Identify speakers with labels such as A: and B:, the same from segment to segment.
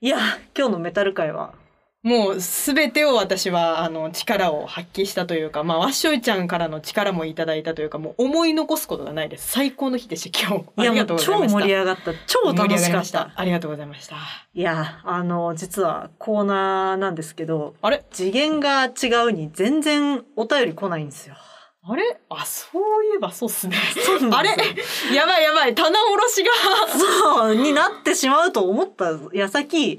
A: いや、今日のメタル界は。
B: もうすべてを私はあの力を発揮したというか、まあ、わっしょいちゃんからの力もいただいたというか、もう思い残すことがないです。最高の日でした、今日。
A: いや、
B: あり
A: も
B: が
A: う
B: とうござい
A: 超
B: ました。
A: 盛り上がった。超楽し
B: 盛り上がり
A: か
B: ま
A: っ
B: したた。。ありがとうございました。
A: いや、あの、実はコーナーなんですけど、
B: あれ
A: 次元が違うに全然お便り来ないんですよ。
B: あれあ、そういえばそうっすね。
A: そうな
B: あ
A: ん
B: れ
A: ですよ
B: やばいやばい、棚卸しが。
A: そう、になってしまうと思った矢先、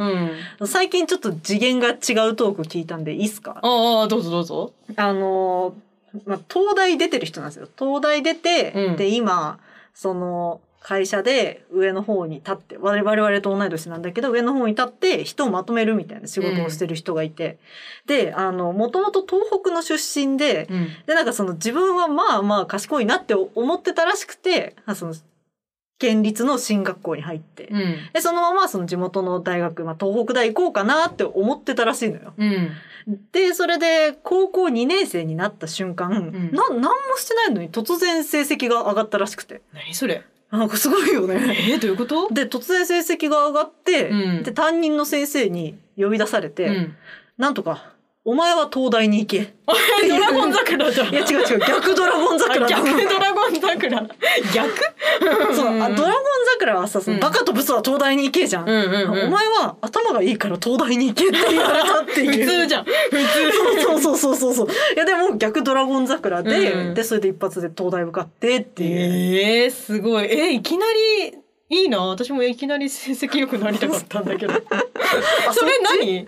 B: うん。
A: 最近ちょっと次元が違うトーク聞いたんでいいっすか
B: ああ、どうぞどうぞ。
A: あのー、まあ、東大出てる人なんですよ。東大出て、
B: うん
A: で、今、その、会社で上の方に立って、我々我々と同い年なんだけど、上の方に立って人をまとめるみたいな仕事をしてる人がいて、で、あの、もともと東北の出身で、
B: うん。
A: で、なんかその自分はまあまあ賢いなって思ってたらしくて、あその、県立の進学校に入って、
B: うん。
A: で、そのままその地元の大学、まあ東北大行こうかなって思ってたらしいのよ。
B: うん。
A: で、それで高校2年生になった瞬間、
B: ん
A: な、なんもしてないのに突然成績が上がったらしくて。
B: 何それ
A: なんかすごいよ
B: え
A: ね。
B: ー、どういうこと
A: で、突然成績が上がって、
B: うん
A: で、担任の先生に呼び出されて、
B: うん。
A: なんとか、お前は東大に行け。
B: えドラゴン桜じゃん。
A: いや違う違う、逆ドラゴン桜
B: あ
A: だ
B: 逆ドラゴン桜。逆
A: そう、あ
B: うん
A: ドラゴン桜はさ、その
B: うん
A: バカとブスは東大に行けじゃん。
B: うんうんうん
A: お前は頭がいいから東大に行けって言われたっていう。
B: 普通じゃん。普
A: そうそうそうそうそう。いやでも逆ドラゴン桜で、
B: うん
A: でそれで一発で東大受かってって
B: 通。
A: いう。
B: えー、すごい。えー、いきなり、いいな。私もいきなり成績良くなりたかったんだ けど。
A: あ
B: それ
A: っち
B: 何それ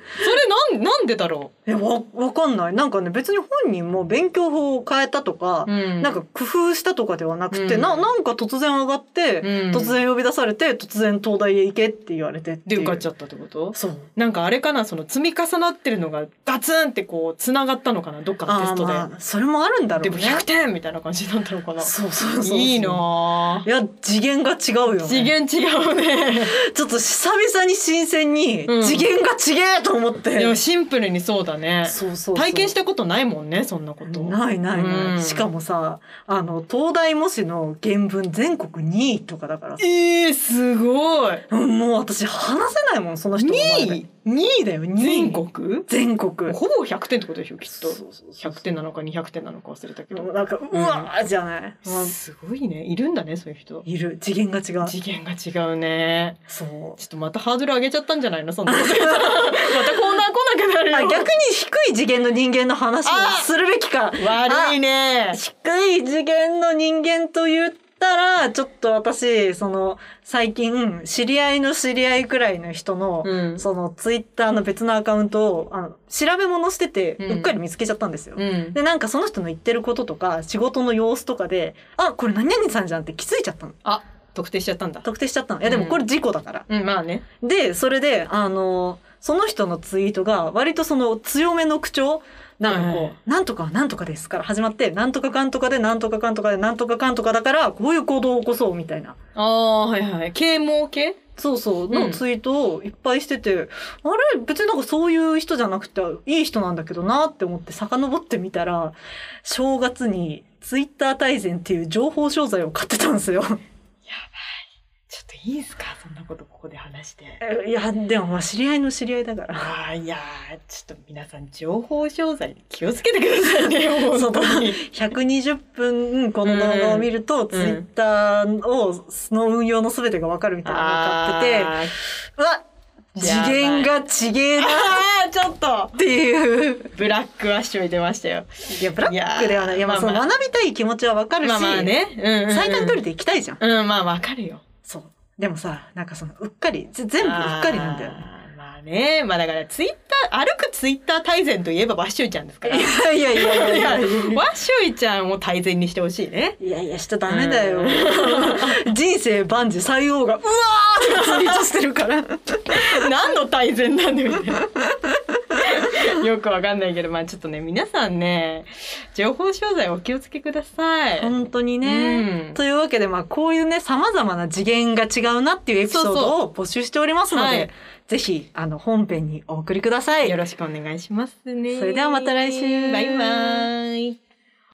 B: なん、なんでだろ
A: えわわかんない。なんかね別に本人も勉強法を変えたとか
B: う。、うん
A: なんか、工夫したとかではなくて、
B: うん
A: ななんか突然上がって、
B: うん
A: 突然呼び出されて突然東大へ行けって言われてって
B: で
A: いう。
B: 受かっち
A: ゃ
B: ゃったってこと
A: そう。
B: なんかあれかなその積み重なってるのがガツンってこう繋がったのかなどっかのテ
A: あ
B: ス
A: ー
B: トで。
A: まあそれもあるんだろ
B: で
A: う
B: も
A: ね。
B: 100点みたいな感じだったのかな。
A: そうそうそうそう。
B: いいなぁ
A: いや次元が違うよね。
B: 次元違う ね。
A: ちょっと久々に新鮮に、
B: うん
A: 次元が違えと思って。
B: でもシンプルにそうだね。
A: そうそうそう
B: 体験したことないもんね、そんなこと。
A: ないないない、
B: うん
A: しかもさあの東大模試の原文全国2位とかだから
B: えー、すごい。
A: うんもう私話せないもんその人の前で
B: 2位
A: ?2 位だよ2位
B: 全国
A: 全国
B: ほぼ100点ってことでしょ、きっと
A: そう。そうそう
B: 100点なのか200点なのか忘れたけ
A: もう
B: ど。
A: なんかうわーじゃない、もう
B: すごいね。いるんだね、そういう人。
A: いる次元が違う
B: 次元が違うね。
A: そう
B: ちょっとまたハードル上げちゃったんじゃないのそん なこと言ったらまたコーナー来なくなるよ
A: あ逆に低い次元の人間の話を
B: あ
A: するべきか
B: 悪いね
A: 低い次元の人間と言ったら、ちょっと私、その、最近、知り合いの知り合いくらいの人の、
B: うん
A: その、ツイッターの別のアカウントを、あの、調べ物してて、
B: うん
A: うっかり見つけちゃったんですよ。
B: うん
A: で、なんかその人の言ってることとか、仕事の様子とかで、あ、これ何々さんじゃんって気づいちゃったの。
B: あ特定しちゃったんだ
A: 特定しちゃったの。いや、でもこれ事故だから。
B: うんまあね
A: で、それで、あの、その人のツイートが、割とその強めの口調、なんかこう、
B: はい
A: なんとかはなんとかですから始まって、なんとかかんとかで、なんとかかんとかで、なんとかかんとかだから、こういう行動を起こそうみたいな。
B: ああはいはい啓蒙系
A: そうそう、
B: う
A: の
B: ん
A: ツイートをいっぱいしてて、あれ別になんかそういう人じゃなくて、いい人なんだけどなって思って遡ってみたら、正月にツイッター大全っていう情報商材を買ってたん ですよ。
B: ちょっといいんすかそんなことここで話して
A: いや、でもまあ知り合いの知り合いだから。
B: あーいやーちょっと皆さん情報商材に気をつけてください ね本当に
A: 120分この動画を見ると、ツイッターをの運用のすべてがわかるみたいなのを買ってて、
B: あー
A: うわ次元がちげえなっ
B: あーちょっと
A: ていう。
B: ブラックワッシュに出ましたよ
A: いや、ブラックではない。い
B: い
A: や、
B: やー
A: まあ、その
B: まあ
A: 学びたい気持ちはわかるし、
B: まあまあね、うんうんうん、
A: 最短距離で行きたいじゃん。
B: うんまあわかるよ
A: そう。でもさ、なんかその、うっかり、ぜ全部うっかりなんだよね。
B: あーまあね、まあだからツイッター、歩くツイッター大全といえばワッシュイちゃんですから。い
A: いやいやいやい
B: や
A: や
B: ワ
A: いや。
B: ッシュイちゃんを大全にしてほしいね。
A: いやいや、しちゃダメだよ
B: う。
A: 人生万事最王が、うわーってツイートしてるから。
B: 何の大全なんだよね。よくわかんないけど、まあちょっとね、皆さんね、情報商材お気をつけください。
A: 本当にね、
B: うん
A: というわけで、まあ、こういうね、様々な次元が違うなっていうエピソー
B: そう
A: ドを募集しておりますので、
B: はい
A: ぜひ、あの、本編にお送りください。
B: よろしくお願いしますね。
A: それではまた来週
B: バイバイ。